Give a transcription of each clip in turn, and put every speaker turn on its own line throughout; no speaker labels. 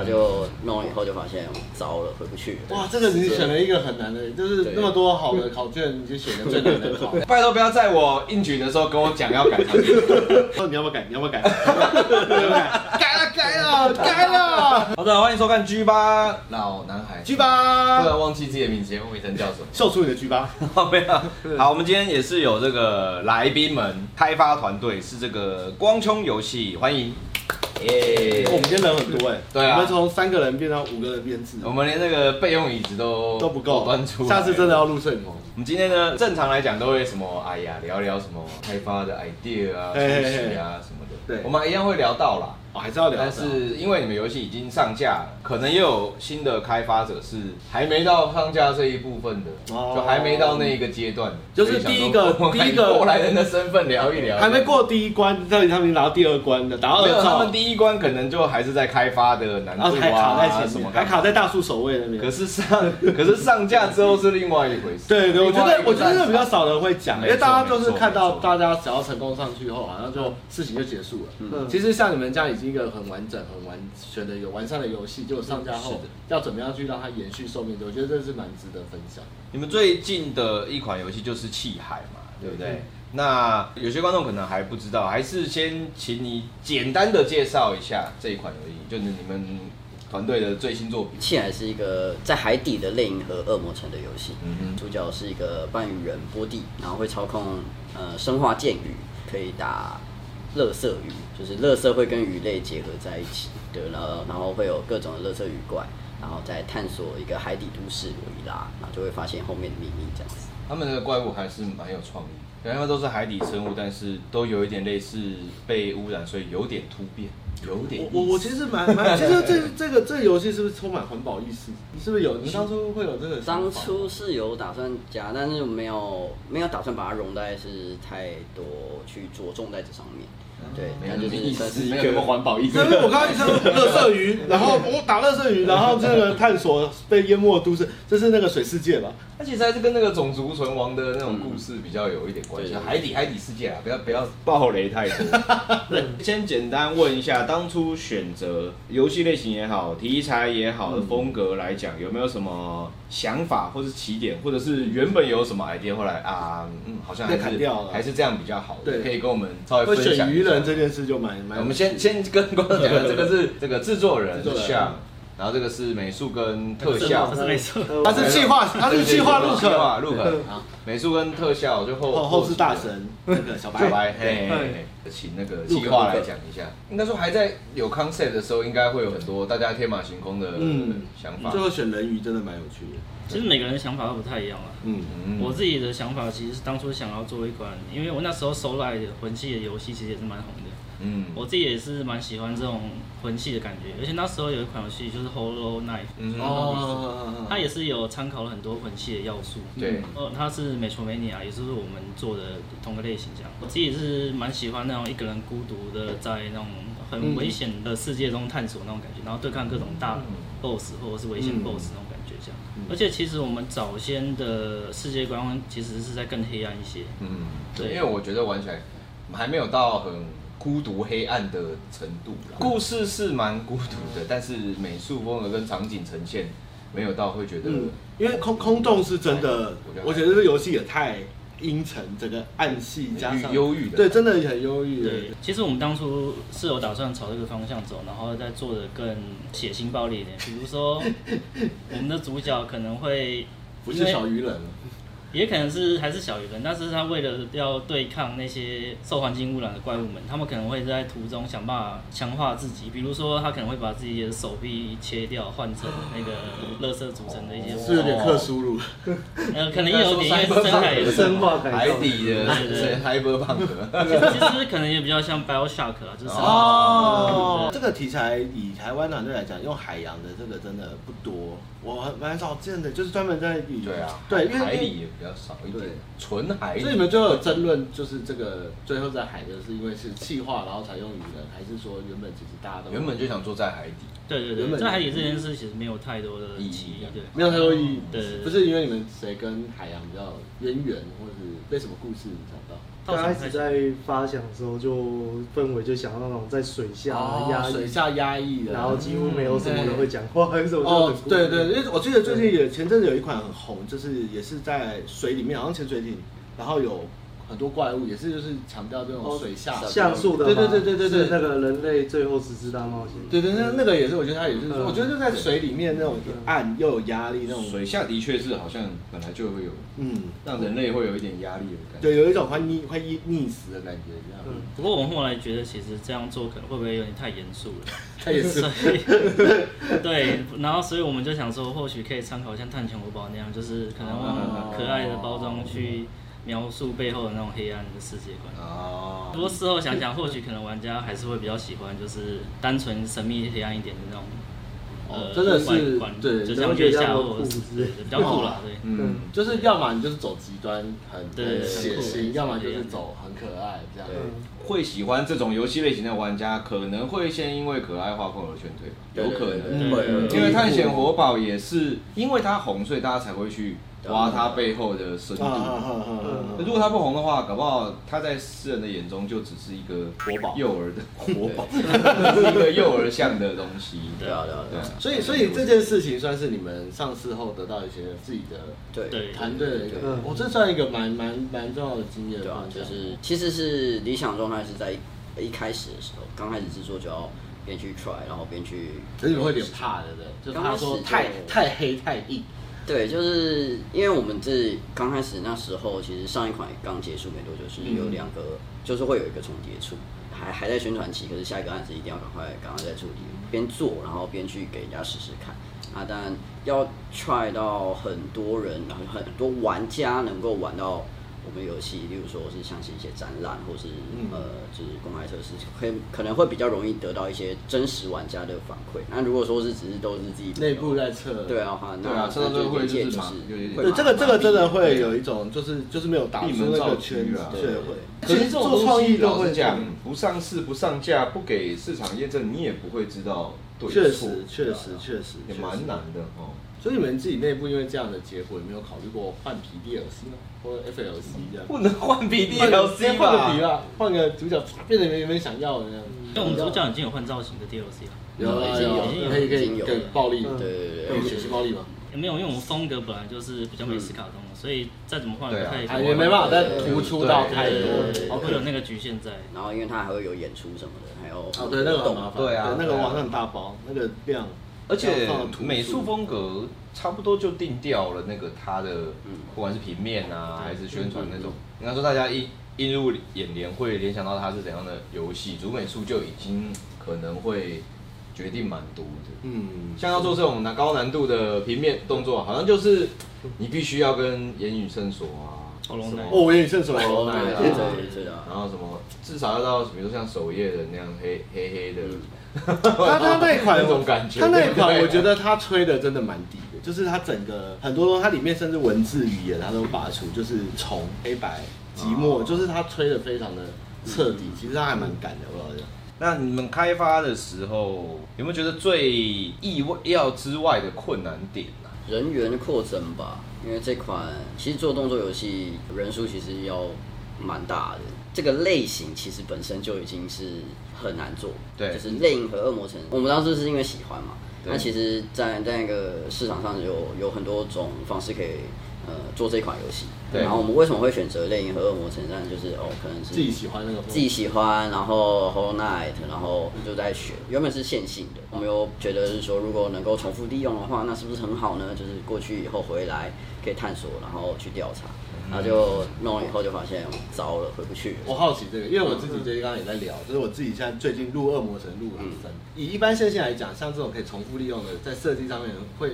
后就弄了以后就发现糟了，回不去了。
哇，这个你选了一个很难的，就是那么多好的考卷， 你就选个最难的 考。
拜托不要在我应举的时候跟我讲要改产品。
说你要不要改？你要不要改？ 对不对？改了，改了，改了。
好的，欢迎收看 G 八
老男孩，
G
突
八，
然忘记自己的名字，节目名称叫什么？
秀出你的 G 八。
好，哦没有。好，我们今天也是有这个来宾们，开发团队是这个光冲游戏，欢迎。
耶
哦我们今天人很多哎，
对啊
我们从三个人变成五个人编制，
我们连那个备用椅子都
都不够
端出，来
下次真的要录摄影棚。
我们今天呢，正常来讲都会什么，哎呀，聊聊什么开发的 idea 啊、出
嘿嘿嘿
息啊什么的。
对
我们一样会聊到啦。
哦，还是要聊的
但
啊，
是因为你们游戏已经上架了，可能也有新的开发者是还没到上架这一部分的，
哦
就还没到那一个阶段。
就是
所以想
第
说
一个
我们
第一个
以过来人的身份聊一聊，
还没过第一关，但他们已经拿到第二关了，打到
没有，
二
他
兆
们，第一关可能就还是在开发的难
然后
度
还卡在
啊，
前
什么
面，还卡在大树守卫那
可
边。
是上，可是上架之后是另外一回事。
对对，我觉
另外一
得
个
我觉得这个比较少人会讲，因
没错
为大家就是
没错
看到
没错
大家只要成功上去后，好像就事情就结束了。嗯，其实像你们这样已经一个很完整、很完选的有完善的游戏，就上架后要怎么样去让它延续寿命，我觉得这是蛮值得分享。
你们最近的一款游戏就是《气海》嘛，对不对？
嗯
那有些观众可能还不知道，还是先请你简单的介绍一下这一款游戏，就是你们团队的最新作品。
气海是一个在海底的猎鹰和恶魔城的游戏，
嗯
主角是一个半鱼人波蒂，然后会操控呃生化剑鱼，可以打乐色鱼，就是乐色会跟鱼类结合在一起，对，然后然后会有各种的乐色鱼怪，然后再探索一个海底都市罗伊拉，然后就会发现后面的秘密这样子。
他们的怪物还是蛮有创意，对，他们都是海底生物，但是都有一点类似被污染，所以有点突变，有点
我
意思
我我其实蛮 蛮，其实这这个这个游戏是不是充满环保意识？是不是有？你们当初会有这个想法
当
吗？
初是有打算加，但是没有没有打算把它融在是太多去着重在这上面，对，
嗯没有
那
那
就
么
是
意
算
思，
是
没有那么环保意识
因。为我刚刚一说乐色鱼，然后我打乐色鱼，然后这个探索被淹没的都市，这是那个水世界吧？
它其实还是跟那个种族存亡的那种故事比较有一点关系。
嗯对
海底海底世界啊，不要不要暴雷太多。 对，先简单问一下，当初选择游戏类型也好，题材也好的风格来讲，有没有什么想法或是起点，或者是原本有什么 idea，后来啊，嗯，好像还
被砍
是
掉了
还是这样比较好的。
对
可以跟我们稍微
会
分
选
享一
鱼
下
人这件事就蛮蛮。
我们先先跟观众讲一下，这个是这个制作人
制作人
像，然后这个是美术跟特效。
没错，他是气化，他是气化入
计划
可，
入口啊，美术跟特效就后
后后是大神那个小
小
白。
白，嘿，嘿嘿请那个计划来讲一下。应该说还在有 concept 的时候，应该会有很多大家天马行空的
嗯
想法
最。后选人鱼真的蛮有趣的。
其实每个人想法都不太一样啦。
嗯，
嗯
我自己的想法其实是当初想要做一款，因为我那时候手来的魂器的游戏其实也是蛮红的，
嗯
我自己也是蛮喜欢这种魂器的感觉，而且那时候有一款游戏就是《Hollow Knight
嗯》，
哦，
它也是有参考了很多魂器的要素。
对，
呃，它是美术美女啊，也就是我们做的同个类型这样。我自己是蛮喜欢那种一个人孤独的在那种很危险的世界中探索那种感觉，然后对抗各种大 boss 或者是危险
嗯
boss 那种感觉这样。
嗯
而且其实我们早先的世界观其实是在更黑暗一些，
嗯，对，
对
因为我觉得玩起来还没有到很孤独黑暗的程度啦。故事是蛮孤独的，但是美术风格跟场景呈现没有到会觉得
嗯，因为空空洞是真的，我觉得这个游戏也太阴沉，整个暗系加上
忧郁的。
对，真的很忧
嗯
郁。
对，其实我们当初是有打算朝这个方向走，然后再做的更血腥暴力一点，比如说我们的主角可能会
不是小鱼人了。
也可能是还是小鱼人，但是他为了要对抗那些受环境污染的怪物们，他们可能会在途中想办法强化自己，比如说他可能会把自己的手臂切掉，换成那个垃圾组成的一些，
是有点克苏鲁，
呃，可能也有点因为生态也是，
生化改造
海底的
对对对
cyberpunk，
其实其实可能也比较像 BioShock 啊，就是
哦，
对
这个题材以台湾团队来讲，用海洋的这个真的不多，我很蛮少见的，就是专门在以
对啊，
对，因为
海底也比较少一点
对，
纯海
因为
底。
所以你们最后有争论，就是这个最后在海的是因为是气化，然后才用语人，还是说原本其实大家都
原本就想坐在海底，
对对对，在海底这件事其实没有太多的歧义，对。
没有太多意义，
对对对
不是因为你们谁跟海洋比较有渊源，或是被什么故事影响到？
套
刚
场
开
太
始
小
在发想的时候，就氛围就想要那种在水下
哦
压
水
抑，
下压抑的，啊
然后几乎没有什么人会讲话，还是什么就
哦
很，孤
对
单
对，因为我记得最近也前阵子有一款很红，就是也是在水里面，好像潜水艇，然后有很多怪物，也是就是强调这种水下。
哦像素的嘛，
对对对对对对
是那个人类最后十次大冒险，
对对，那那个也是，我觉得它也是，
嗯
我觉得就在水里面那种暗又有压力那种，
水下的确是好像本来就会有
嗯，
让人类会有一点压力的感觉。
对，有一种快溺快溺溺死的感觉，这样。
嗯
不过我们后来觉得，其实这样做可能会不会有点太严肃了？
太严肃
所以对，然后所以我们就想说，或许可以参考像探险活宝那样，就是可能用可爱的包装去描述背后的那种黑暗的世界观。
哦
不过事后想想，或许可能玩家还是会比较喜欢，就是单纯神秘黑暗一点的那种。
哦真的是
管管
对
就像
了解
月
一下
下
我
或
裤
者是
子
对对比较酷
哦
啦，对。
嗯
嗯，
就是要么你就是走极端很
对
很血
很
腥，
酷
要么就是走很可爱这样。
嗯
会喜欢这种游戏类型的玩家，可能会先因为可爱画风而劝退吧，有可
对嗯
能。嗯
对对对
对
因为探险活宝也是因为它红，所以大家才会去挖它背后的深
啊
度。如果它不红的话，搞不好它在世人的眼中就只是一个活宝、幼儿的 活宝，一个幼儿像的东西。
对啊，对啊，对
对
啊，
啊，
所以，所以这件事情算是你们上市后得到一些自己的
对
对
团队的一个
嗯，
我这算一个蛮蛮蛮重要的经验
对啊
吧，，
就是其实是理想状态是在一开始的时候，刚开始制作就要边去 try，然后边去，
可是你会有点怕的，对不对，就
刚
怕
开始
说
就
太太黑太硬，
对，就是因为我们这刚开始那时候，其实上一款刚结束没多久，是有两个，
嗯
就是会有一个重叠处，还还在宣传期，可是下一个案子一定要赶快赶快再处理，
嗯
边做然后边去给人家试试看。啊，当然要 try 到很多人，然后很多玩家能够玩到我们游戏，例如说是像是一些展览，或是、
嗯
呃，就是公开测试，可以可能会比较容易得到一些真实玩家的反馈。那如果说是只是都是自己朋友
内部在测，
对啊，的话，那
对啊车队会
就
就是是
就
嘛有一
是
点
会
对，
嘛
这个这个真的会有
对
一种就是就是没有打
闭
出
门
那
造
个
车
圈子
啊，
对
对
会。
可是这种
做创意都
都
会
是讲不上市、不上架、不给市场验证，你也不会知道对
确
错
实，确实，确实
也
确
蛮
实
难的哦。
所以你们自己内部因为这样的结果，有没有考虑过换皮 DLC 呢，或者 FLC 这样？
不能换 B D
换个
L C
换个皮
吧？
吧，换个主角，变成你们想要的那样。
因为我们主角已经有换造型的 DLC 了，
有啊
已经
有
有
啊
已经有
可以可
已经
以
有
可以
了
暴力，
嗯
对对对
可以
对
血腥暴力吗？
也没有，因为我们风格本来就是比较美式卡通的，所以再怎么换
对
也
啊
太
啊，也没办法再突出到太
对对
多
对，
好可
会有
能。
那个局限在。
然后因为它还会有演出什么的，还有
哦，对，那个很麻
动
烦，
对啊
那个
对啊
网上很大包，那个量，
而且
要放图
美术风格差不多就定掉了那个它的，
嗯
不管是平面啊还是宣传那种，应该说大家一映入眼帘会联想到它是怎样的游戏，主美术就已经可能会决定蛮多的。
嗯，
像要做这种拿高难度的平面动作，好像就是你必须要跟言语圣所啊，
喉咙奶
哦，我也顺手
哦
对
对
对
啊
对对对的。
然后什么至少要到比如像首页的那样黑黑黑的，
嗯他他那一款
那种感觉
他那一款
对
我觉得他吹的真的蛮低的，就是他整个很多东西，它里面甚至文字语言他都拔除，就是虫、黑白、寂寞，就是他吹的非常的彻底，其实他还蛮敢的，我老实讲。
那你们开发的时候有没有觉得最意外料之外的困难点呢、啊？
人员扩增吧，因为这款其实做动作游戏人数其实要蛮大的，这个类型其实本身就已经是很难做，
对
就是《猎影》和《恶魔城》，我们当时是因为喜欢嘛，
对
那其实在，在那个市场上有有很多种方式可以呃做这款游戏，
对
然后我们为什么会选择《猎影》和《恶魔城》？那就是哦，可能是
自己喜欢那个风格
自己喜欢，然后 Whole Night，然后就在学。原本是线性的，我们又觉得是说，如果能够重复利用的话，那是不是很好呢？就是过去以后回来可以探索，然后去调查，
嗯
然后就弄了以后就发现糟了，回不去
我
了。
好奇这个，因为我自己最近刚刚也在聊，就是我自己现在最近录《恶魔城》录很深。以一般线性来讲，像这种可以重复利用的，在设计上面会，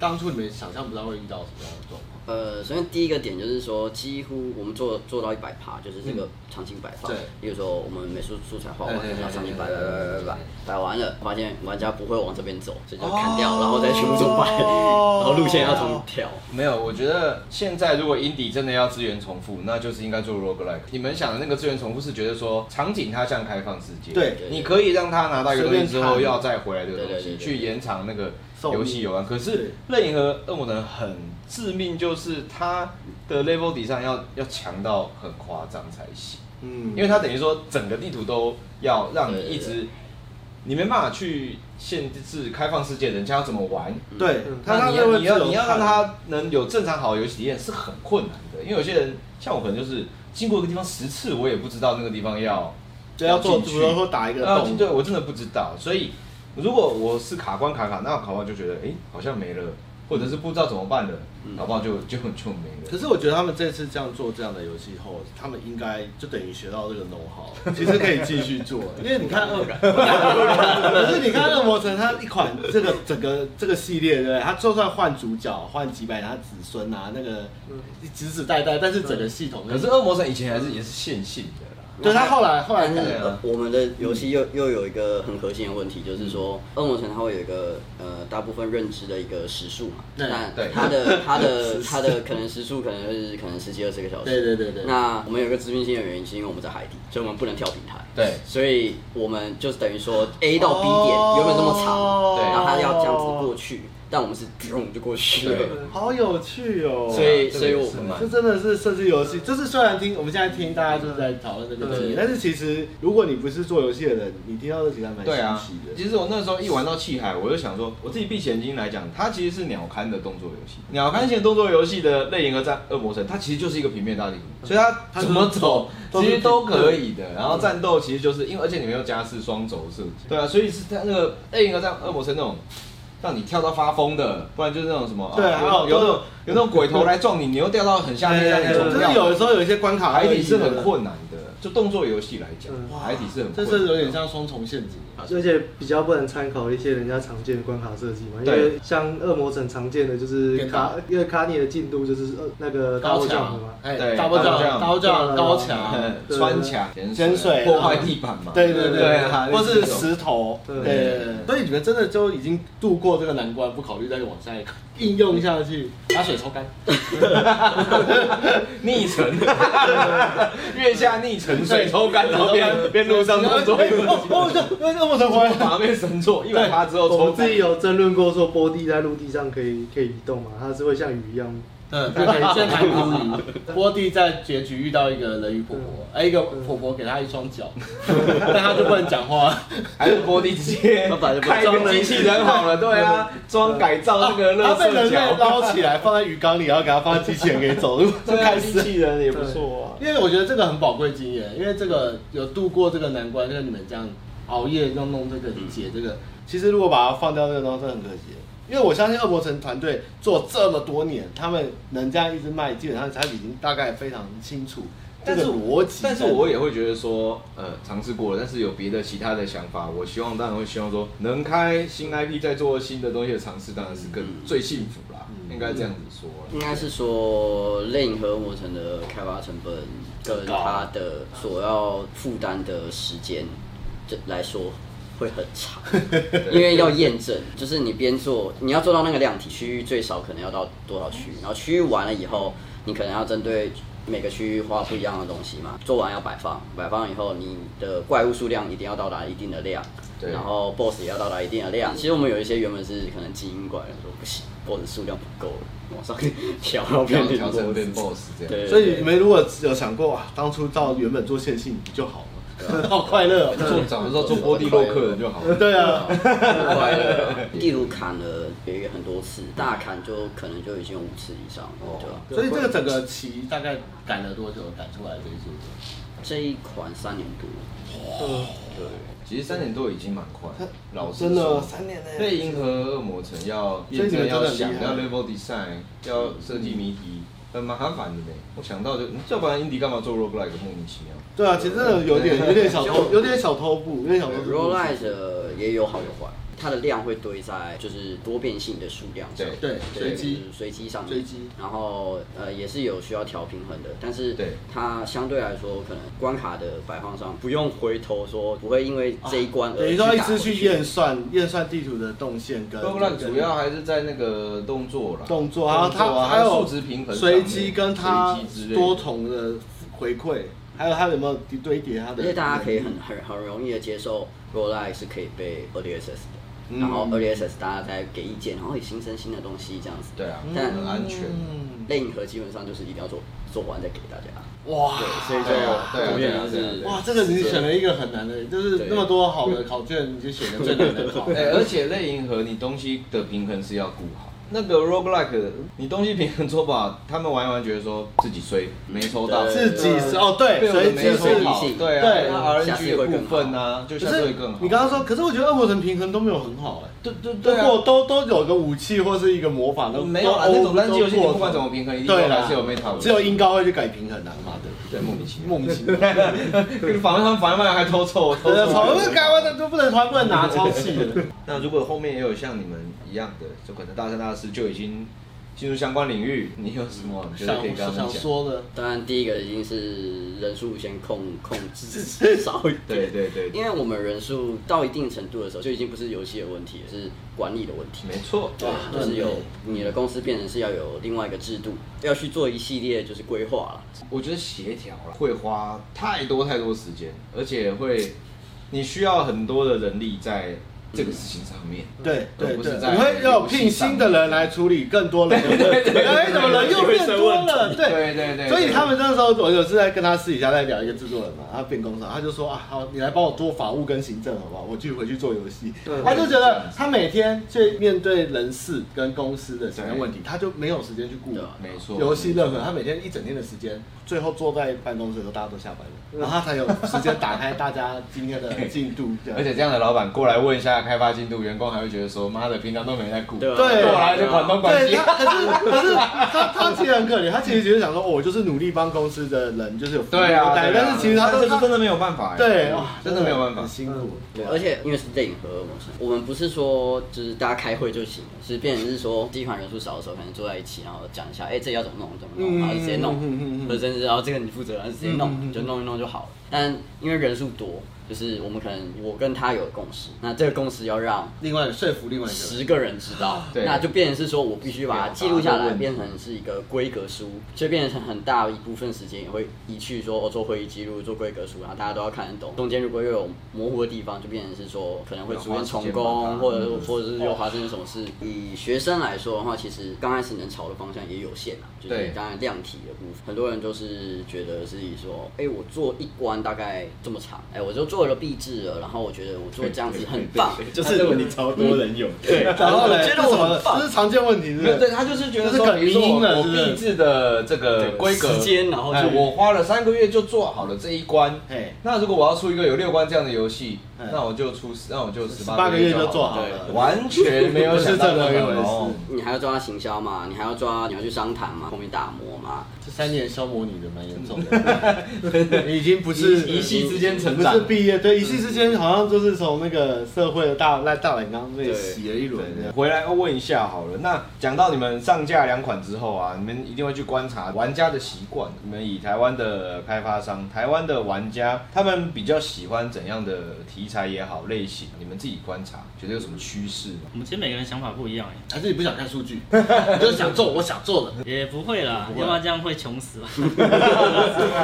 当初你们想象不到会遇到什么样的状况。
呃，首先第一个点就是说，几乎我们做做到一百趴，就是这个场景摆放。
嗯对
例如说我们美术素材画完
哎哎哎，
然后场景摆
哎
摆
哎哎
摆摆摆
哎
摆完了，发现玩家不会往这边走，所以就砍掉，然后再全部重 摆，
哦
然后路线要重调。
没有，我觉得现在如果 indie 真的要资源重复，那就是应该做 roguelike。你们想的那个资源重复是觉得说场景它像开放世界，
对
你可以让它拿到一个东西之
随便
后
看
要再回来这个
对
东
对
西，
对对
去延长那个
寿命
游戏有关。可
对
是任银河恶魔城很致命，就是它的 level 底上要要强到很夸张才行，
嗯
因为它等于说整个地图都要让你
对
一直，你没办法去限制开放世界人家要怎么玩。
对
嗯
他
那
他
你
认
要
为
你
自
要
由
你要
看
让他能有正常好的游戏体验是很困难的，因为有些人像我可能就是经过一个地方十次，我也不知道那个地方要
就要做，
进
比
去
如说打一个
啊，
洞，
对，我真的不知道。所以如果我是卡关卡卡，那卡关就觉得哎、诶好像没了，或者是不知道怎么办了，
嗯
搞不好就就就没
可
了。
是我觉得他们这次这样做这样的游戏后，他们应该就等于学到这个 know how，其 实可以继续做，因为你看恶，可是你看恶魔城，它一款这个整个这个系列，对不对？它就算换主角、换几百人，他子孙啊，那个
嗯
子子代代，但是整个系统
可是恶魔城以前还是也是线性的啦，
对他后来后来
但
对
是
啊
我们的游戏又又有一个很核心的问题，就是说
嗯
恶魔城它会有一个呃大部分认知的一个时速嘛，
对
但
对
它 的它的它的可能时速可能是可能十几二十个小时，
对对对对
那我们有一个致命性的原因是因为我们在海底，所以我们不能跳平台，
对
所以我们就是等于说 A 到 B
哦
点原本这么长，
对
然后它要这样子过去，但我们是砰就过去了
对，
好有趣哦。
所以
这
所
个
以
也
我
是
们
蛮
这真的是设计游戏，就是虽然听我们现在听大家就是在讨论这个题，但是其实如果你不是做游戏的人，你听到这题还蛮
对啊
新奇，的。
其实我那时候一玩到气海，我就想说，我自己闭起眼睛来讲，它其实是鸟瞰的动作游戏。鸟瞰型动作游戏的《类银河战恶魔城》，它其实就是一个平面大地
嗯
图，所以它怎么走
它就是
其实都可以的。然后战斗其实就是因为，而且你没有加是双轴
嗯
设计，对啊，所以是它那个《类银河战恶魔城》那种。让你跳到发疯的，不然就是那种什么，
对啊
有有那种有那种鬼头来撞你，你又掉到很下面，让你撞
就
掉
是。有的时候有一些关卡
海底是很，困难的，就动作游戏来讲
嗯，
海底是很
这
困难的。
是有点像双重陷阱。啊
而且比较不能参考一些人家常见的关卡设计嘛，因
对
为像恶魔城常见的就是
电
卡
脑，
因为卡尼的进度就是呃那个大波降嘛，
哎
对
，double
double
jump，
jump
double jump，高
对
墙，
呃穿墙、
潜水
破坏地板嘛。
对对
啊对
对
啊，
或
类似
是
这种
石头，
对
对。所以你们真的就已经度过这个难关，不考虑再往下一个应用下去，把水抽干。
逆 沉，月下逆沉，水抽干，然后变变路 上动作，
哦，这那那我怎么回来？
把面神作一百趴之后
我们
抽
自
干
己。有争论过说波地在陆地上可以可以移动嘛，它是会像鱼一样，
嗯，就可以先谈狐狸。 波蒂在结局遇到一个人鱼婆婆，哎，一个婆婆给她一双 脚，但她就不能讲 话。
还是玻璃街
他本来就，不
开一个机器人好了，对啊，装改造那个
她
乐
被
色
人类
角，
捞起来放在鱼缸里，然后给她放在机器人给走 路，就
对啊，
开
机
始。
器人也不错啊。
因为我觉得这个很宝贵经验，因为这个有度过这个难关，就是你们这样熬夜要弄这个解这个，嗯其实如果把它放掉这个东西，真的很可惜。因为我相信恶魔城团队做这么多年，他们能这样一直卖，基本上他已经大概非常清楚这
但
个
是
逻辑在哪。
但是我也会觉得说，呃，尝试过了，但是有别的其他的想法，我希望当然会希望说，能开新 IP 再做新的东西的尝试，当然是更、最幸福啦，应该这样子说啦。
应
嗯
该是说，令和魔城的开发成本跟它的所要负担的时间，这来说会很长，因为要验证，就是你边做，你要做到那个量体区域最少可能要到多少区域，然后区域完了以后，你可能要针对每个区域画不一样的东西嘛，做完要摆放，摆放以后你的怪物数量一定要到达一定的量，
对
然后 BOSS 也要到达一定的量。其实我们有一些原本是可能基因怪人说不行，BOSS 数量不够了，往上调到变
调
零
调
BOSS
成变 BOSS 这样。
对，
所以你们如果有想过啊，当初照原本做线性不就好
啊
了？好快乐哦！
做早就说做波地洛克人就好了。
对啊，
快乐。 地图砍了也很多次，大砍就可能就已经五次以上了，
哦
对吧？
所以这个整个棋大概赶了多久赶出来这一组？
这一款三年多，
呃，
对， 其实三年多已经蛮快了，老实
真的
说。
三年呢？
被银河恶魔城要验
所以
证
你们真
要
的很厉害
想要 level design 要设计谜题，很麻烦的呢。我想到就，嗯要不然印迪干嘛做 roguelike 莫名其妙？
对啊，其实真的有点有点小 偷，有点小偷步，有点小偷
r
步
o l。l i g e 也有好有坏，它的量会堆在就是多变性的数量上
对，
对，随机
就是随机上面，
随机
然后呃也是有需要调平衡的，但是
对
它相对来说可能关卡的摆放上不用回头说不会因为这一关而
啊等于说一直
去
去
打回
验算验算地图的动线跟
roguelike 主要还是在那个动作啦，
动作，还有
动作
它
啊
还有
数值平衡上面、
随机跟它
随机之类的
多重的回馈，还有它有没有堆叠它的。
而且大家可以很很很容易的接受 roll i 是可以被 o d s s 的，
嗯
然后 early access 大家再给意见，然后也新生新的东西这样子。
对啊，
但
很安全。
嗯，
类银河基本上就是一定要做做完再给大家。
哇，
所以就
对啊对啊
普遍就
对啊
是
对啊
哇，这个你选了一个很难的，就是
对
那么多好的考卷，你就选了最难的 考。
哎，
哎，
而且类银河你东西的平衡是要顾好。那个 roguelike，你东西平衡做不好，他们玩一玩觉得说自己衰，没抽到，
对
自己是哦，对，
被我
随
们没
机
有
是
抽
随
好
机性，
对
对
啊，那
下次
RNG 的
会更
部分呢，就
可
下次
是
会更好。
你刚刚说，可是我觉得恶魔城平衡都没有很好哎，对对
对啊嗯
都过都都有个武器或是一个魔法都
没有啦，
都
那种单机游戏
都
你
过
不管怎么平衡，一定
对
都
啦，
还是有 meta，
只有音高会去改平衡啊，妈的，
对啊莫名其妙，
莫名其妙。
跟反正他们反正还偷凑，偷
对啊，草莓
凑。
干完的都不能团，不能拿，超气 的。
那如果后面也有像你们一样的，就可能大三、大四就已经进入相关领域，你有什么觉得可以
想
跟他们
想
讲？
说的，
当然第一个一定是人数先控控制少一点。
对对对，
因为我们人数到一定程度的时候，就已经不是游戏的问题了，是管理的问题。
没错，
对，
嗯
就是有你的公司变成是要有另外一个制度，要去做一系列就是规划了。
我觉得协调啦会花太多太多时间，而且会你需要很多的人力在这个事情上面。
对对
不
对，
是在
你会要有聘新的人来处理更多人的问题。哎，怎么人又变多了？对。
对对对，
所以他们那时候，我有次在跟他私底下在聊一个制作人嘛，他变工厂，他就说啊，好，你来帮我做法务跟行政好不好？我去回去做游戏。
嗯
他就觉得他每天去面对人事跟公司的相关问题，他就没有时间去顾
对啊
没错
游戏任何，他每天一整天的时间，最后坐在办公室的时候，大家都下班
嗯
了，然后他才有时间打开大家今天的进度。这样
而且这样的老板过来问一下开发进度，员工还会觉得说：“妈的，平常都没在顾。”
对啊
对
过来就管东管
对
西。
他，可是 可是他他其实很可怜，他其实只是想说，哦，我就是努力帮公司的人，就是有服务
对啊，
待遇
对啊
但是其实他
但
都
是真的没有办法欸。
对
嗯
哇，
真的没有办法
很。辛苦。啊
对，而且因为是啊电影和模式，我们不是说就是大家开会就行了，是变成是说集团人数少的时候，可能坐在一起，然后讲一下，哎、这要怎么弄，怎么弄，然后直接弄，或者甚至然后哦这个你负责，然后直接弄，就弄一弄就好了。但因为人数多，就是我们可能我跟他有共识，那这个共识要让
另外说服另外一个人，啊
十个人知道，
对
那就变成是说我必须把它记录下
表达的
来，
问题
变成是一个规格书，就变成很大一部分时间也会移去说哦做会议记录、做规格书，然后大家都要看得懂。中间如果又有模糊的地方，就变成是说可能会出现重
要花时间把
工，
它
或者
嗯
或者是又发生什么事。以学生来说的话，其实刚开始能朝的方向也有限啊，就是
对
当然量体的部分，很多人就是觉得自己说，哎、我做一关大概这么长，哎、我就做了壁纸了，然后我觉得我做这样子很棒，
就是问题超多人有，
对，
然后嘞，
觉
这
得
是
我
什么
很棒
这是常见问题，是不是？
对，他就是觉得
这是
说，
梗
比如说
硬了
我我
是不是
币制的这个规格
时间然后
哎
去
我花了三个月就做好了这一关
嘿。
那如果我要出一个有六关这样的游戏
嗯，
那我就出，那我就
十
十
八
八
个
个
月
月
就
就
做
做
好
好
了
了，对完全没有想到的 哦
是这么一
那
回事
种。
你还要抓行销嘛，你还要抓，你要去商谈嘛，后面打磨 嘛，
这三年消磨你的蛮严重 的，已经不嗯是
一一夕之间成
不
长
是毕业，对，一夕之间好像就是从那个社会的大那大染缸被
对
洗了一轮这样。
回来问一下好了，那讲到你们上架两款之后啊，你们一定会去观察玩家的习惯。你们以台湾的开发商、台湾的玩家，他们比较喜欢怎样的题材也好、类型，你们自己观察，觉得有什么趋势吗？
我们其实每个人想法不一样哎。
还是你不想看数据， 你就想做我想做 的，
也不会啦，要不然这样会穷死吧。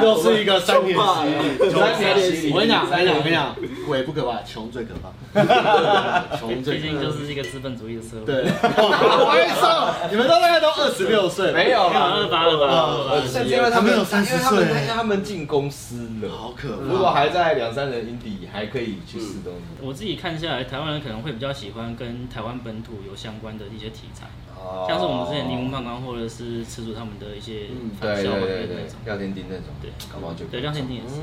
又是一个三年洗礼，
三年洗礼
我跟你讲，我跟你讲，我跟你讲，鬼不可怕，穷最可怕， 穷最
毕
可
竟
怕。
就是一个资本主义的社会。
对，我跟你说，你们都大概都二十六岁了，
没有
没有
啦，
二八二八二
甚至因为他们，
他们有
因
30
为他们
岁
因为他们进公司了，
好可
如
怕。
果还在两三人营底，还可以去试东西。
我自己看下来，台湾人可能会比较喜欢跟台湾本土有相关的一些题材，
哦
像是我们之前柠檬胖刚或者是吃主他们的一些
对
反
对
校嘛
对对
那种，，
廖天丁那种，
对
搞不好就
对廖天丁也是，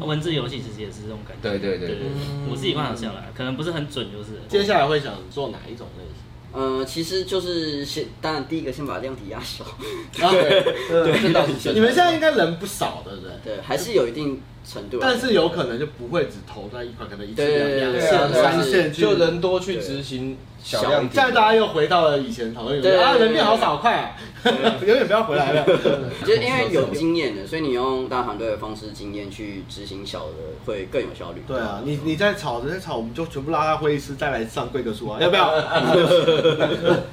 啊文字游戏其实也是这种感觉。
对对对
对对，我自己观察下来，可能不是很准，就是
接下来会想做哪一种类型？
嗯，其实就是先，当然第一个先把量体压小，
啊
对
真的很简单
你们现在应该人不少的人，
对，还是有一定程度啊，
但是有可能就不会只投在一块，可能一次
对对
两
对
两
对
啊
线、
对啊
三线去
就。人多去执行小量体
现在大家又回到了以前讨论游戏，
对
啊，
对对
人变好少，快啊， 永远不要回来了。
就是因为有经验的，所以你用大团队的方式经验去执行小的，会更有效率。
对啊，你你在吵，在吵，我们就全部拉他会议室，再来上贵格书啊，要不 要？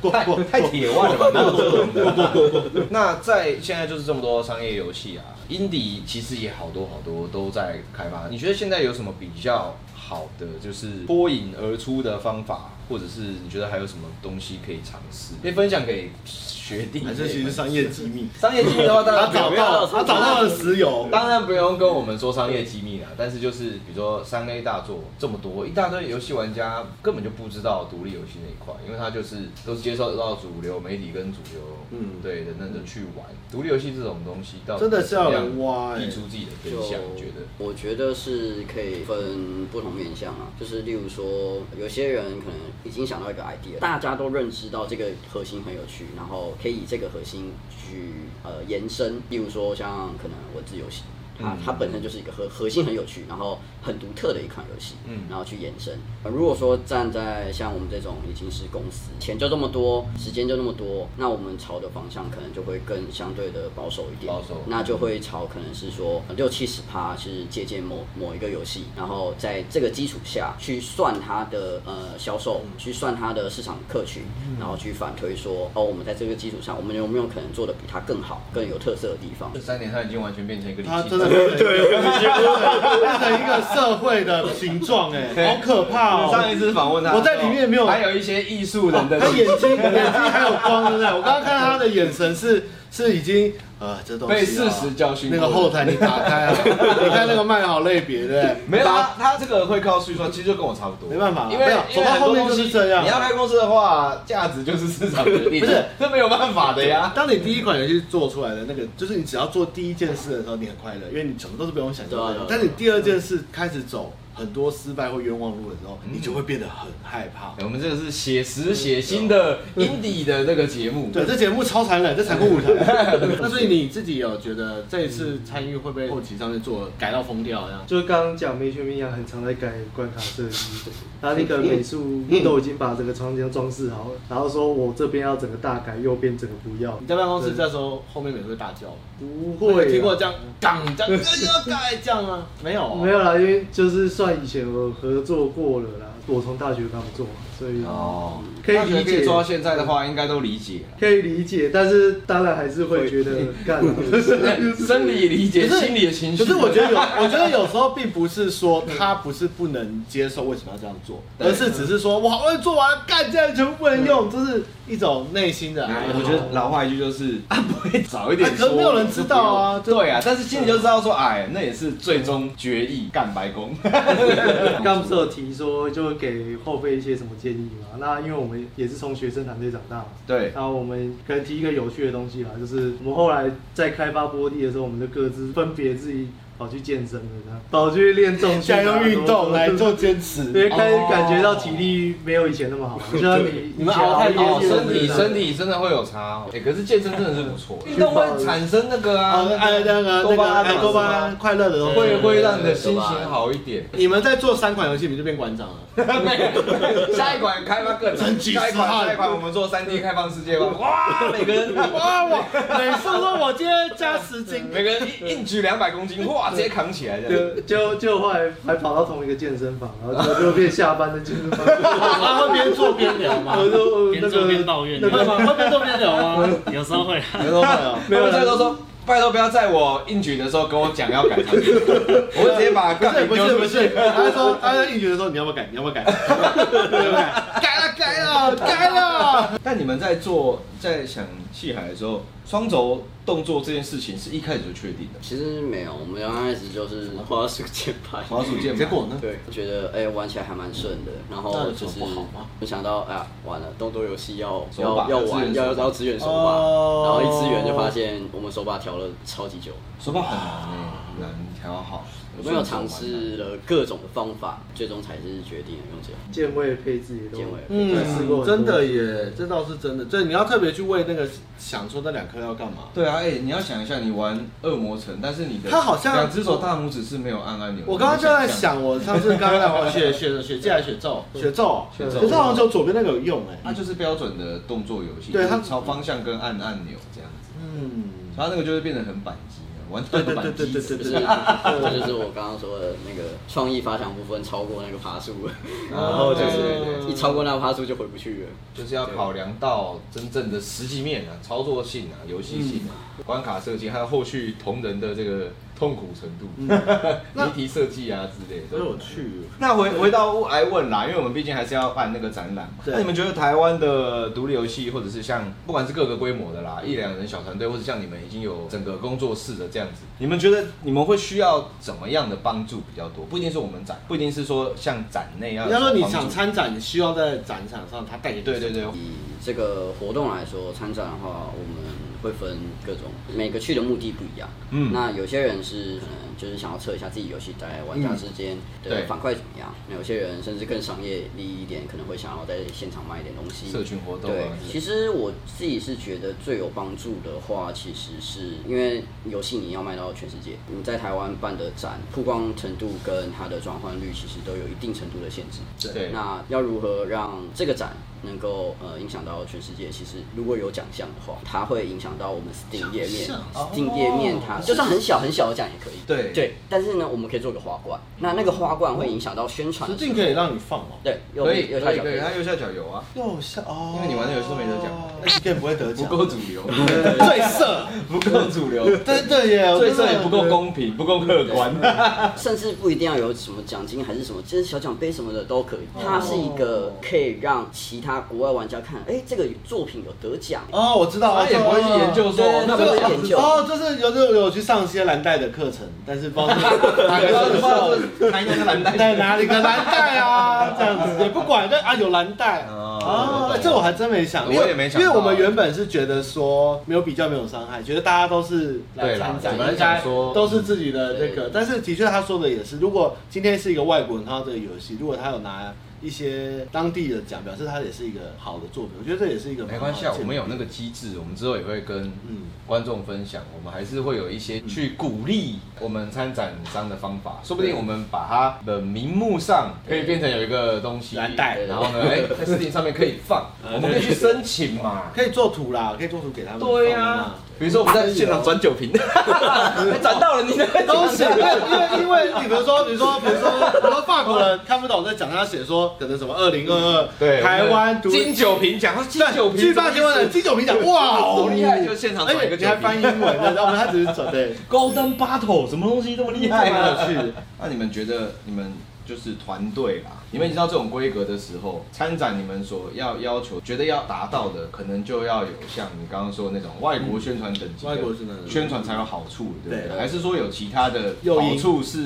过过过，
太铁腕了吧？哪有这种的那在现在就是这么多商业游戏啊，indie 其实也好多好多都在开发。你觉得现在有什么比较好的，就是脱颖而出的方法，或者是你觉得还有什么东西可以尝试，可以分享给学弟妹
还
们？
是其实商业机 密。
商业机密的话，当
他
然
找
不要
到他找到了石油，
当然不用跟我们说商业机密啦，但是就是比如说三 A 大作这么多，一大堆游戏玩家根本就不知道独立游戏那一块，因为他就是都是接受到主流媒体跟主流
嗯
对的那个去玩独立游戏这种东西，到底
真的是要
怎么
人
样
挖欸
剔出自己的真相，我觉得。
我觉得是可以分不同面向啊，就是例如说，有些人可能已经想到一个 idea，大家都认知到这个核心很有趣，然后可以以这个核心去呃延伸，例如说像可能文字游戏。它
嗯
它本身就是一个核核心很有趣，然后很独特的一款游戏，
嗯
然后去延伸。呃如果说站在像我们这种已经是公司，钱就这么多，时间就那么多，那我们朝的方向可能就会更相对的保守一点，
保守
那就会朝可能是说呃六七十趴是借鉴某某一个游戏，然后在这个基础下去算它的呃销售，去算它的市场客群，然后去反推说哦，我们在这个基础上，我们有没有可能做的比它更好、更有特色的地方
这？三年他已经完全变成一个理
他
性
真的对对，变成一个社会的形状，哎，好可怕哦！
上一次访问他的时候，
我在里面没有
还有一些艺术人的
他眼
气
睛眼睛还有光的呢，我刚刚看他的眼神是是已经呃，这东西啊
被事实教训
那
过
个后台你打开 啊，你看那个卖好类别，对不对？
没有啊，他这个会告诉你说，其实就跟我差不多，
没办法啦
因为
没有
因
走
为
到后面就是这样啊
很多东西你要开公司的话，价值就是市场决定的，
不是
这没有办法的 呀。
当你第一款游戏做出来的那个，就是你只要做第一件事的时候，你很快乐，因为你什么都是不用想
对啊
象
对
的
啊。
但你第二件事开始走很多失败或冤枉路的时候，你就会变得很害怕。
我们这个是写实写心的 indie 的这个节目，
对，这节目超残忍，这残酷 舞台。那所以你自己有觉得这一次参与会被后期上面做改到疯掉这样？
就是刚刚讲梅雪明阳很常在改关卡设计，他那个美
嗯
术都已经把整个场景装饰好了，然后说我这边要整个大改，右边整个不要
你。在办公室这时候后面每次会大叫吗？
不
我
会
有听过
啊，
这样杠这样这要改这样啊？没有哦，
没有啦，因为就是算以前我合作过了啦，我从大学跟他们做嘛，所以
哦，
可以
那
理
可以
解
做到现在的话，应该都理 解
可以理解，但是当然还是会觉得干啊了。
了，生理理解，
可是
心理的情绪。
可是我觉得有，我觉得有时候并不是说他不是不能接受为什么要这样做，
对
而是只是说我好不容易做完了，干这样全部不能用，这是一种内心的哀
哎
嚎。
我觉得老话一句就是啊，不会早一点
啊可
说，
是没有人知道啊
就不用对啊，但是心里就知道说，哎，那也是最终决议，干白宫。
刚不是有提说，就给后辈一些什么建议嘛？那因为我们也是从学生团队长大嘛，
对
然后我们可能提一个有趣的东西吧，就是我们后来在开发波地的时候，我们就各自分别自己跑去健身了，这样跑去练重训
现在
啊，
用运动来做坚
什么什么
持，
因为开始感觉到体力没有以前那么 好，就像你
你们熬太
哦，
多
以前熬夜
身体
对
身体真的会有差、哦，哎、可是健身真的是不错，运动会产生那个啊
啊，，哎那个
多
那
巴
个
胺
哎
嘛
多巴胺，快乐的东
是吧
西
会
对
会让你的心情好一点。
你们在做三款游戏，你们就变馆长 了。
下一款开发更难，
真气
下一
死
款
啊
下一款我们做三 D 开放世界吧，哇，每个人
哇，我每次说我今天加十斤，
每个人一硬举两百公斤，哇，直接扛起来这样。
就就就后来还跑到同一个健身房，然后就就变下班的健身房，
啊他会边做边聊吗？
我就
边
那
做边
个
抱怨，
那个
会 边做边聊吗？
有时候会啊。
没有 啊，
没有，最后说。拜托不要在我硬举的时候跟我讲要改 场景，我会直接把
不
杠
是
铃
不
丢
是不
出
是，
去。
他说他在应援的时候你要不要改？你要不要改？ 你要不要改？改了改了改了！
但你们在做在想戏海的时候，双轴动作这件事情是一开始就确定 的，
其实没有，我们刚开始就是花束键盘。
滑鼠键盘。
结果呢？
对，觉得哎、玩起来还蛮顺的，然
那
后
有
就
什么
是
不好吗
没想到哎呀，完了，动作游戏要
手把
要要
要支
玩
援
要
手把
要支援手把，
哦
然后一支援就发现我们手把调了超级久，
手把很难哎、很难调好。
我们有尝试了各种方法，最终才是决定了用这个
健胃配置也都
健胃
对试
嗯
过很多
真的耶，这倒是真的。这你要特别去为那个想说那两颗要干嘛？
对啊，哎、你要想一下，你玩恶魔城，但是你的
它好像
两只手大拇指是没有按按钮的。
我刚刚就在
你象，
想，我上 次刚刚在玩雪雪雪季还雪咒，雪咒，
雪
可
嗯咒嗯
是好像只有左边那个有用哎
它。就是标准的动作游戏，
对
就是
它
朝方向跟按按钮这样子，
嗯，
它那个就会变得很板机了，完全板机
对对
就
对对对对
是 这就是我刚刚说的那个创意发想部分超过那个爬树，然
哦
后就
哦对对
是一超过那个爬树就回不去了。
就是要考量到真正
嗯
的实际面啊、操作性啊、游戏性啊、关卡设计，还有后续同人的这个痛苦程度、
嗯那
谜题设计啊之类的
所
都
以
很
我
难。
去，
那回回到来问啦，因为我们毕竟还是要办那个展览嘛。
对
那你们觉得台湾的独立游戏，或者是像不管是各个规模的啦，一两人小团队，或者像你们已经有整个工作室的这样子，你们觉得你们会需要怎么样的帮助比较多？不一定是我们展，不一定是说像展内啊要
人家说你
有什么帮助
想参展，你希望在展场上他带给你
对对对，
以这个活动来说，参展的话，我们会分各种，每个去的目的不一样。
嗯
那有些人是可能就是想要测一下自己游戏在玩家之间
嗯对
的反馈怎么样，那有些人甚至更商业利益一点，可能会想要在现场卖一点东西。
社群活动啊
对
之类，的
其实我自己是觉得最有帮助的话，其实是因为游戏你要卖到全世界，你在台湾办的展曝光程度跟它的转换率其实都有一定程度的限制。
对
那要如何让这个展能够呃影响到全世界？其实如果有奖项的话，它会影响到我们 Steam 页面
奖
，Steam 页面它就算很小很小的奖也可以。
对
对，但是呢，我们可以做个花冠，那那个花冠会影响到宣传
实
的时
境
候。
可以让你放哦。
对，右
可以
右
可
下
以
角
可以，它右下角有啊，
右下哦，
因为你玩的游戏都没 得奖
那你更不会得
不
奖，
够主流，
最色，
不够主流，
真的耶，我
最
真的
色也不够公平，不够客观。
甚至不一定要有什么奖金还是什么，就是小奖杯什么的都可以。它是一个可以让其他国外玩家看，哎，这个作品有得奖，
哦，我知道，
他也不会去研究说，哦
对
那
对
这
不
对
是
个
对研究
哦，就是有有有去上一些蓝带的课程，但是不知道是哪个是受
他应该是蓝带
在哪里个蓝带啊，这样子也不管，但啊有蓝带
哦
哦
我，懂
这我还真没想，
我
因为
也没想到
因为我们原本是觉得说没有比较没有伤害，觉得大家都是来
对啦
参展，
我们
应该
想说
都是自己的那
对
个，但是的确他说的也是，如果今天是一个外国人看到这个游戏，如果他有拿。一些当地的奖，表示他也是一个好的作品，我觉得这也是一个
没关系，
蛮
啊，
好的
我们有
建议
那个机制，我们之后也会跟
嗯
观众分享。我们还是会有一些去鼓励我们参展商的方法，说不定我们把它的名目上可以变成有一个东西
蓝带
然后呢，哎，嗯在视频上面可以放，我们可以去申请嘛。
可以做图啦，可以做图给他们。
对呀、比如说我们在现场转酒 瓶，哎转到了你的
都 是因为因为因为你比如说比如说比如说比如说法国人看不懂在讲，他写说可能什么二零二二，
对
台湾独
金
立
酒瓶奖，金酒瓶
巨大新闻的金九平讲哇，好
好厉害，就是现场
而
转
且
一个
你
酒
还
瓶。
翻英文的，然后他只是转对，
Golden Battle 什么东西这么厉害
这
啊
么有趣？
那你们觉得你们就是团队啦，你们已经到这种规格的时候，参展你们所要要求、觉得要达到的，可能就要有像你刚刚说的那种外国宣传等级的、
外国宣传等级
宣传才有好处，对不对？
对
还是说有其他的
诱因
好处是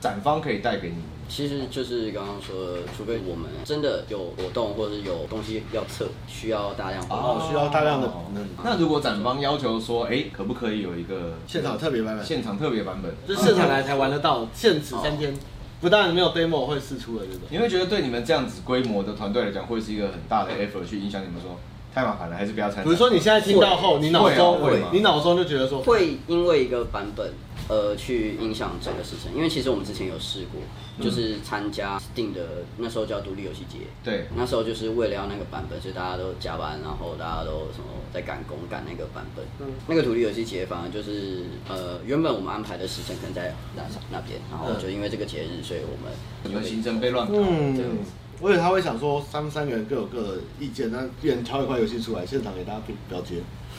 展方可以带给你们？
其实就是刚刚说的，除非我们真的有活动或者是有东西要测，需要大量活
然
动
后哦需要大量的嗯
那如果展方要求说，哎，可不可以有一个
现场特别版本，
现场特别版本？
就是现场来才玩得到，限时三天，不但没有 demo 会试出的这种。
你会觉得对你们这样子规模的团队来讲，会是一个很大的 effort 去影响你们说太麻烦了，还是不要参展？
比如嗯说你现在听到后，你脑中
会啊会吗
你脑中就觉得说，
会因为一个版本呃去影响整个时程，因为其实我们之前有试过，就是参加定的那时候叫独立游戏节，
对，
那时候就是为了要那个版本，所以大家都加班，然后大家都什么在赶工赶那个版本。
嗯
那个独立游戏节反而就是呃，原本我们安排的时辰可能在那那边，然后就因为这个节日，所以我们
你们行程被乱搞，
嗯
这样子。，
我以为他会想说，他们三个人各有各的意见，那一人挑一块游戏出来，现场给大家比表决。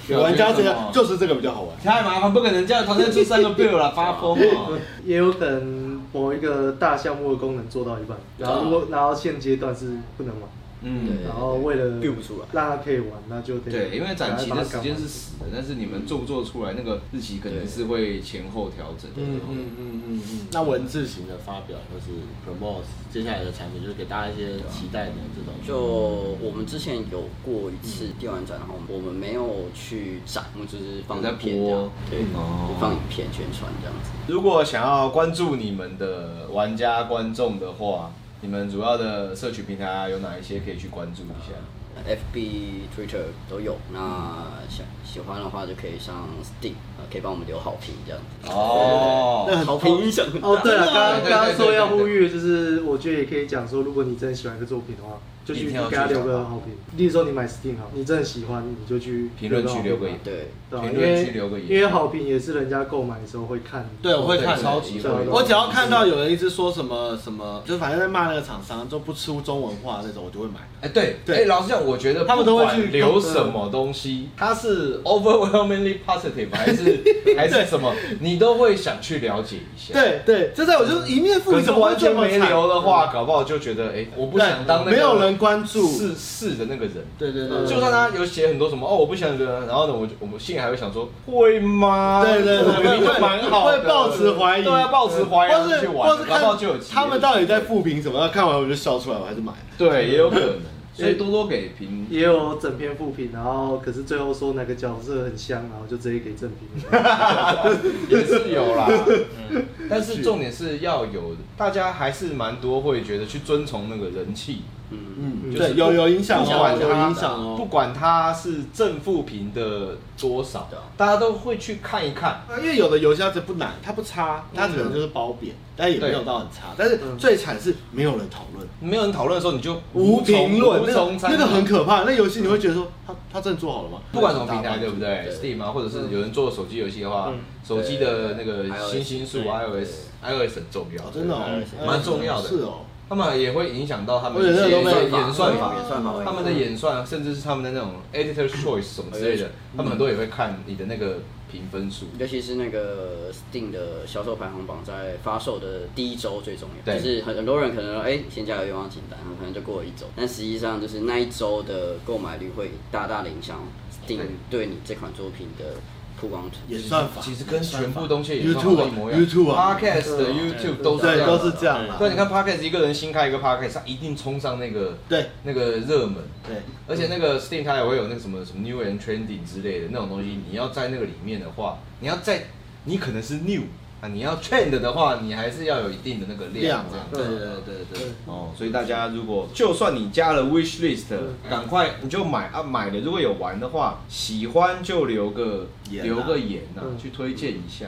有玩家觉
表决什
得
么
就是这个比较好玩。
太麻烦，不可能这样团队出三个 bill 了，发疯哦。
也有可能某一个大项目的功能做到一半，然后如
哦
果然后现阶段是不能玩，
嗯，
对
然后为了
对对 build 不出来
让它可以玩，那就得
对，因为展期的时间是
把它
死的，但是你们做不做出来，那个日期肯定是会前后调整的。
嗯嗯嗯嗯嗯。那文字型的发表或是 promote 接下来的产品，就是给大家一些期待的这种。
就我们之前有过一
嗯
次电玩展，然后我们没有去展，我们就是放
有在
影片这样
播，
对，
哦
就放影片宣传这样子。
如果想要关注你们的玩家观众的话，你们主要的社群平台啊有哪一些可以去关注一下？
FB、Twitter 都有，那想喜欢的话就可以上 Steam，、呃、可以帮我们留好评这样子。
哦，
那好评影响很
干嘛哦，对了，刚
对对
刚
对
刚刚说要
对对
呼吁，就是我觉得也可以讲说，如果你真的喜欢一个作品的话，就
一
去
定
给
要
他
去
留
找
个
他
好评。例如说你买 Steam 好，你真的喜欢，你就去
评论区留
个
个
好
言
评，
对，
对啊，
评
因
论
为
区留个言
因为好评也是人家购买的时候会看。
对，我会看
对超级
会
我只要看到有人一直说什么什么，就反正在骂那个厂商，就不出中文化那种，我就会买。
哎，对，
对
哎，老实讲，我觉得
他们都会去
不管留什么东西，它是 overwhelmingly positive 还是还是什么，你都会想去了解一下。，
对对，这在我就一面
可
付，
是
怎么会
完
这
全
么
没
惨嗯
留的话，搞不好就觉得，哎，我不想当那个
没有人关注。
是是的那个人。
对对对，
嗯
就算他有写很多什么哦，我不想的，然后呢，我就我们心里还会想说，会吗？
对对对
我明明就
会
蛮好的，
会抱持怀疑
对啊，抱持怀疑，然
或
后
是
去玩
或，是
搞
看
不好就有机会
他们到底在复评什么？看完我就笑出来，我还是买了。
对，也有 可能，所以多多给评
也有整篇复评，然后可是最后说哪个角色很香，然后就直接给正评。
也是有 啦，嗯但是重点是要有，大家还是蛮多会觉得去遵从那个人气，
嗯，
嗯，
就是
对，有有影响
不管
哦，有
他
影响哦。
不管他是正负评的多少
对啊，
大家都会去看一看。
啊因为有的游戏它只不难，它不差，
嗯
它可能就是褒贬，但也没有到很差。但是
嗯
最惨是没有人讨论，
没有人讨论的时候，你就
无
从
评论，
无
那
从
个
参
那个
考
很可怕。那游戏你会觉得说，他他真的做好了吗？
不管什么平台，对不对
对
？Steam
嗯
啊，或者是有人做手机游戏的话
嗯，
手机的那个
对
星星数
对
iOS iOS 很重要
哦，，真的哦
对蛮重要的
是哦，
他们也会影响到他们
我觉
一
得
些
那个都没有
演算法
演。算法会
他们的演算，甚至是他们的那种 editor choice 什么之类的，他们很多也会看你的那个评分数。
尤其是那个 Steam 的销售排行榜，在发售的第一周最重要，
对
就是很很多人可能说，哎、先加个愿望清单，然后可能就过了一周，但实际上就是那一周的购买率会大大的影响 Steam 对你这款作品的曝光度。
演算法
其实跟全部东西也
YouTube
一
啊
模一样
YouTube 啊
，Podcast 的
对
YouTube 都是这
对
样
都
的
是这样啦。
对，你看 Podcast 一个人新开一个 Podcast，他一定冲上那个
对
那个热门，
对，
而且那个 Steam 它也会有那个什么什么 New and Trending 之类的那种东西，你要在那个里面的话，你要在你可能是 New 啊，你要 Trend 的话，你还是要有一定的那个
量
量这样嗯
啊，。对对对对对。
哦，所以大家如果就算你加了 wish list，赶
嗯
快
你就买啊，买了如果有玩的话，喜欢就留个
言啊
留个言呐、
嗯
去推荐一下。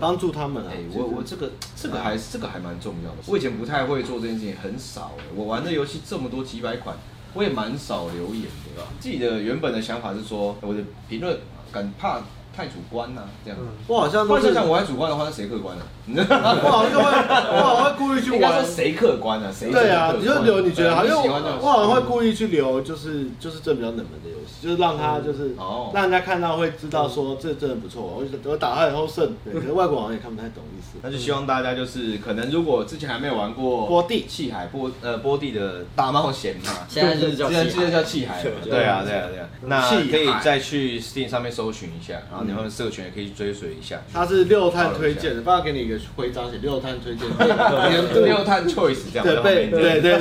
帮助他们啊啊
哎、！我我这个
嗯
这个还这个还蛮重要的。我以前不太会做这件事情，很少、哎我玩的游戏这么多几百款，我也蛮少留言
啊
的。自己的原本的想法是说，我的评论敢怕太主观呐、这样。
嗯
我好像
换
都是，
想想，
我
我还主观的话，那谁客观呢、
好像会，我好像会故意去
应该
玩
说。谁客观呢、谁
对啊，
客
你
观
就留你觉得好，因为
喜
我
欢就
我好像会故意去留，就是就是这比较冷门的游戏，就是让他就是
哦
让人家看到会知道说这真的不错，我我打他以后胜，对，可是外国网友也看不太懂意思。
那就希望大家就是可能如果之前还没有玩过
波地
气海波呃波地的大冒险嘛，
现在就是叫
现在
气海
现在叫气海嘛，
对啊对啊对啊，
那
气海
可以再去 Steam 上面搜寻一下，然后你们社群也可以去追随 一下。
他是六探推荐的，
哦
爸爸给你一个徽章，写六探推荐， 年度
六探 choice 这
啊
样
对
在旁
被
边
对对对对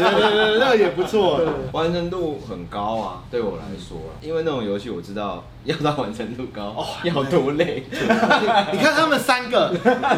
对，那个也不错。
完成度很高啊，对我来说啊，因为那种游戏我知道要到完成度高，
哦
要多累，
你看他们三个，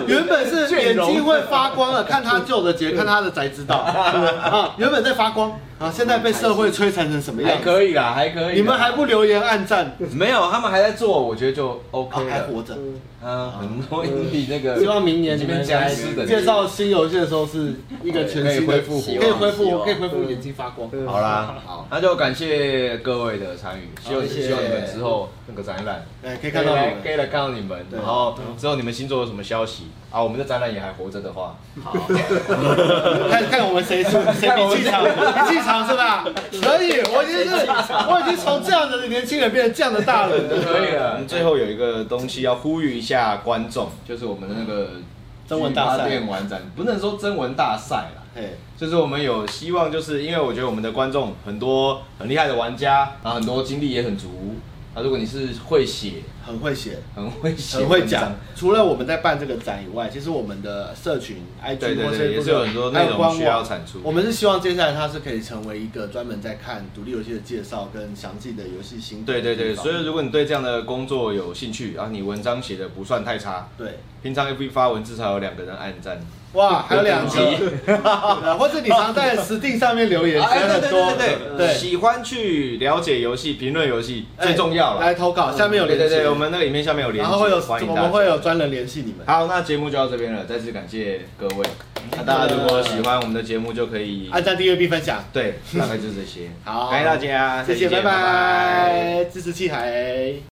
原本是眼睛会发光的，看他救的杰，看他的才知道啊，原本在发光啊，现在被社会摧残成什么样
还？可以啊啦，还可以啦。
你们还不留言暗赞，啊
没有，他们还在做，我觉得就 OK
哦还
了。
活着。
嗯，很多比那 个
希望明年
这
你
边
们
僵
来
尸的
介绍新游戏的时候是一个全新的，
可以恢复
可以恢
希
复，
望
可以恢复眼睛发光。
对
好啦，好，那就感谢各位的参与，希望
好谢谢
希望你们之后那个展览
哎，可
可
以看到你
来
们
可。以来看到你们，
对
然后之后你们星座有什么消息啊？我们的展览也还活着的话，
看看我们谁输，谁比气场，比气场是吧？可以，我已经是，我已经从这样的年轻人变成这样的大人了。
可以
我
了
们。最后有一个东西要呼吁一下观众，
就是我们的那个
征文大赛
菊花电玩展，不能说征文大赛啦，
嘿
就是我们有希望，就是因为我觉得我们的观众很多很厉害的玩家，然后很多经历也很足。啊，如果你是会写、
很会写，
很会写、
很会讲，。除了我们在办这个展以外，其实我们的社群、
对
IG
对
或
对，也是有很多
还
内
有官
容
网
需要产出。
我们是希望接下来它是可以成为一个专门在看独立游戏的介绍跟详细的游戏心得
对
的地
对
方。
对，所以如果你对这样的工作有兴趣，啊，你文章写的不算太差，
对
平常 FB 发文至少有两个人按
啊
赞，
哇，还有两集， 或者你常在 Steam 上面留言，
哎，
真的
对
很
对
多，
对对对，喜欢去了解游戏、评论游戏
哎
最重要
来
了。
投稿，下面有
对
连接，
对对，我们那个影片下面有连
然
接，
后会有
欢迎
我
大家
们会有专人联系你们。
好，那节目就到这边了，再次感谢各位。那大家如果喜欢我们的节目，就可以
嗯按赞、订阅并分享，
对，大概就这些。
好
感谢大家，
谢谢，
再
拜
见拜拜
拜，支持器海。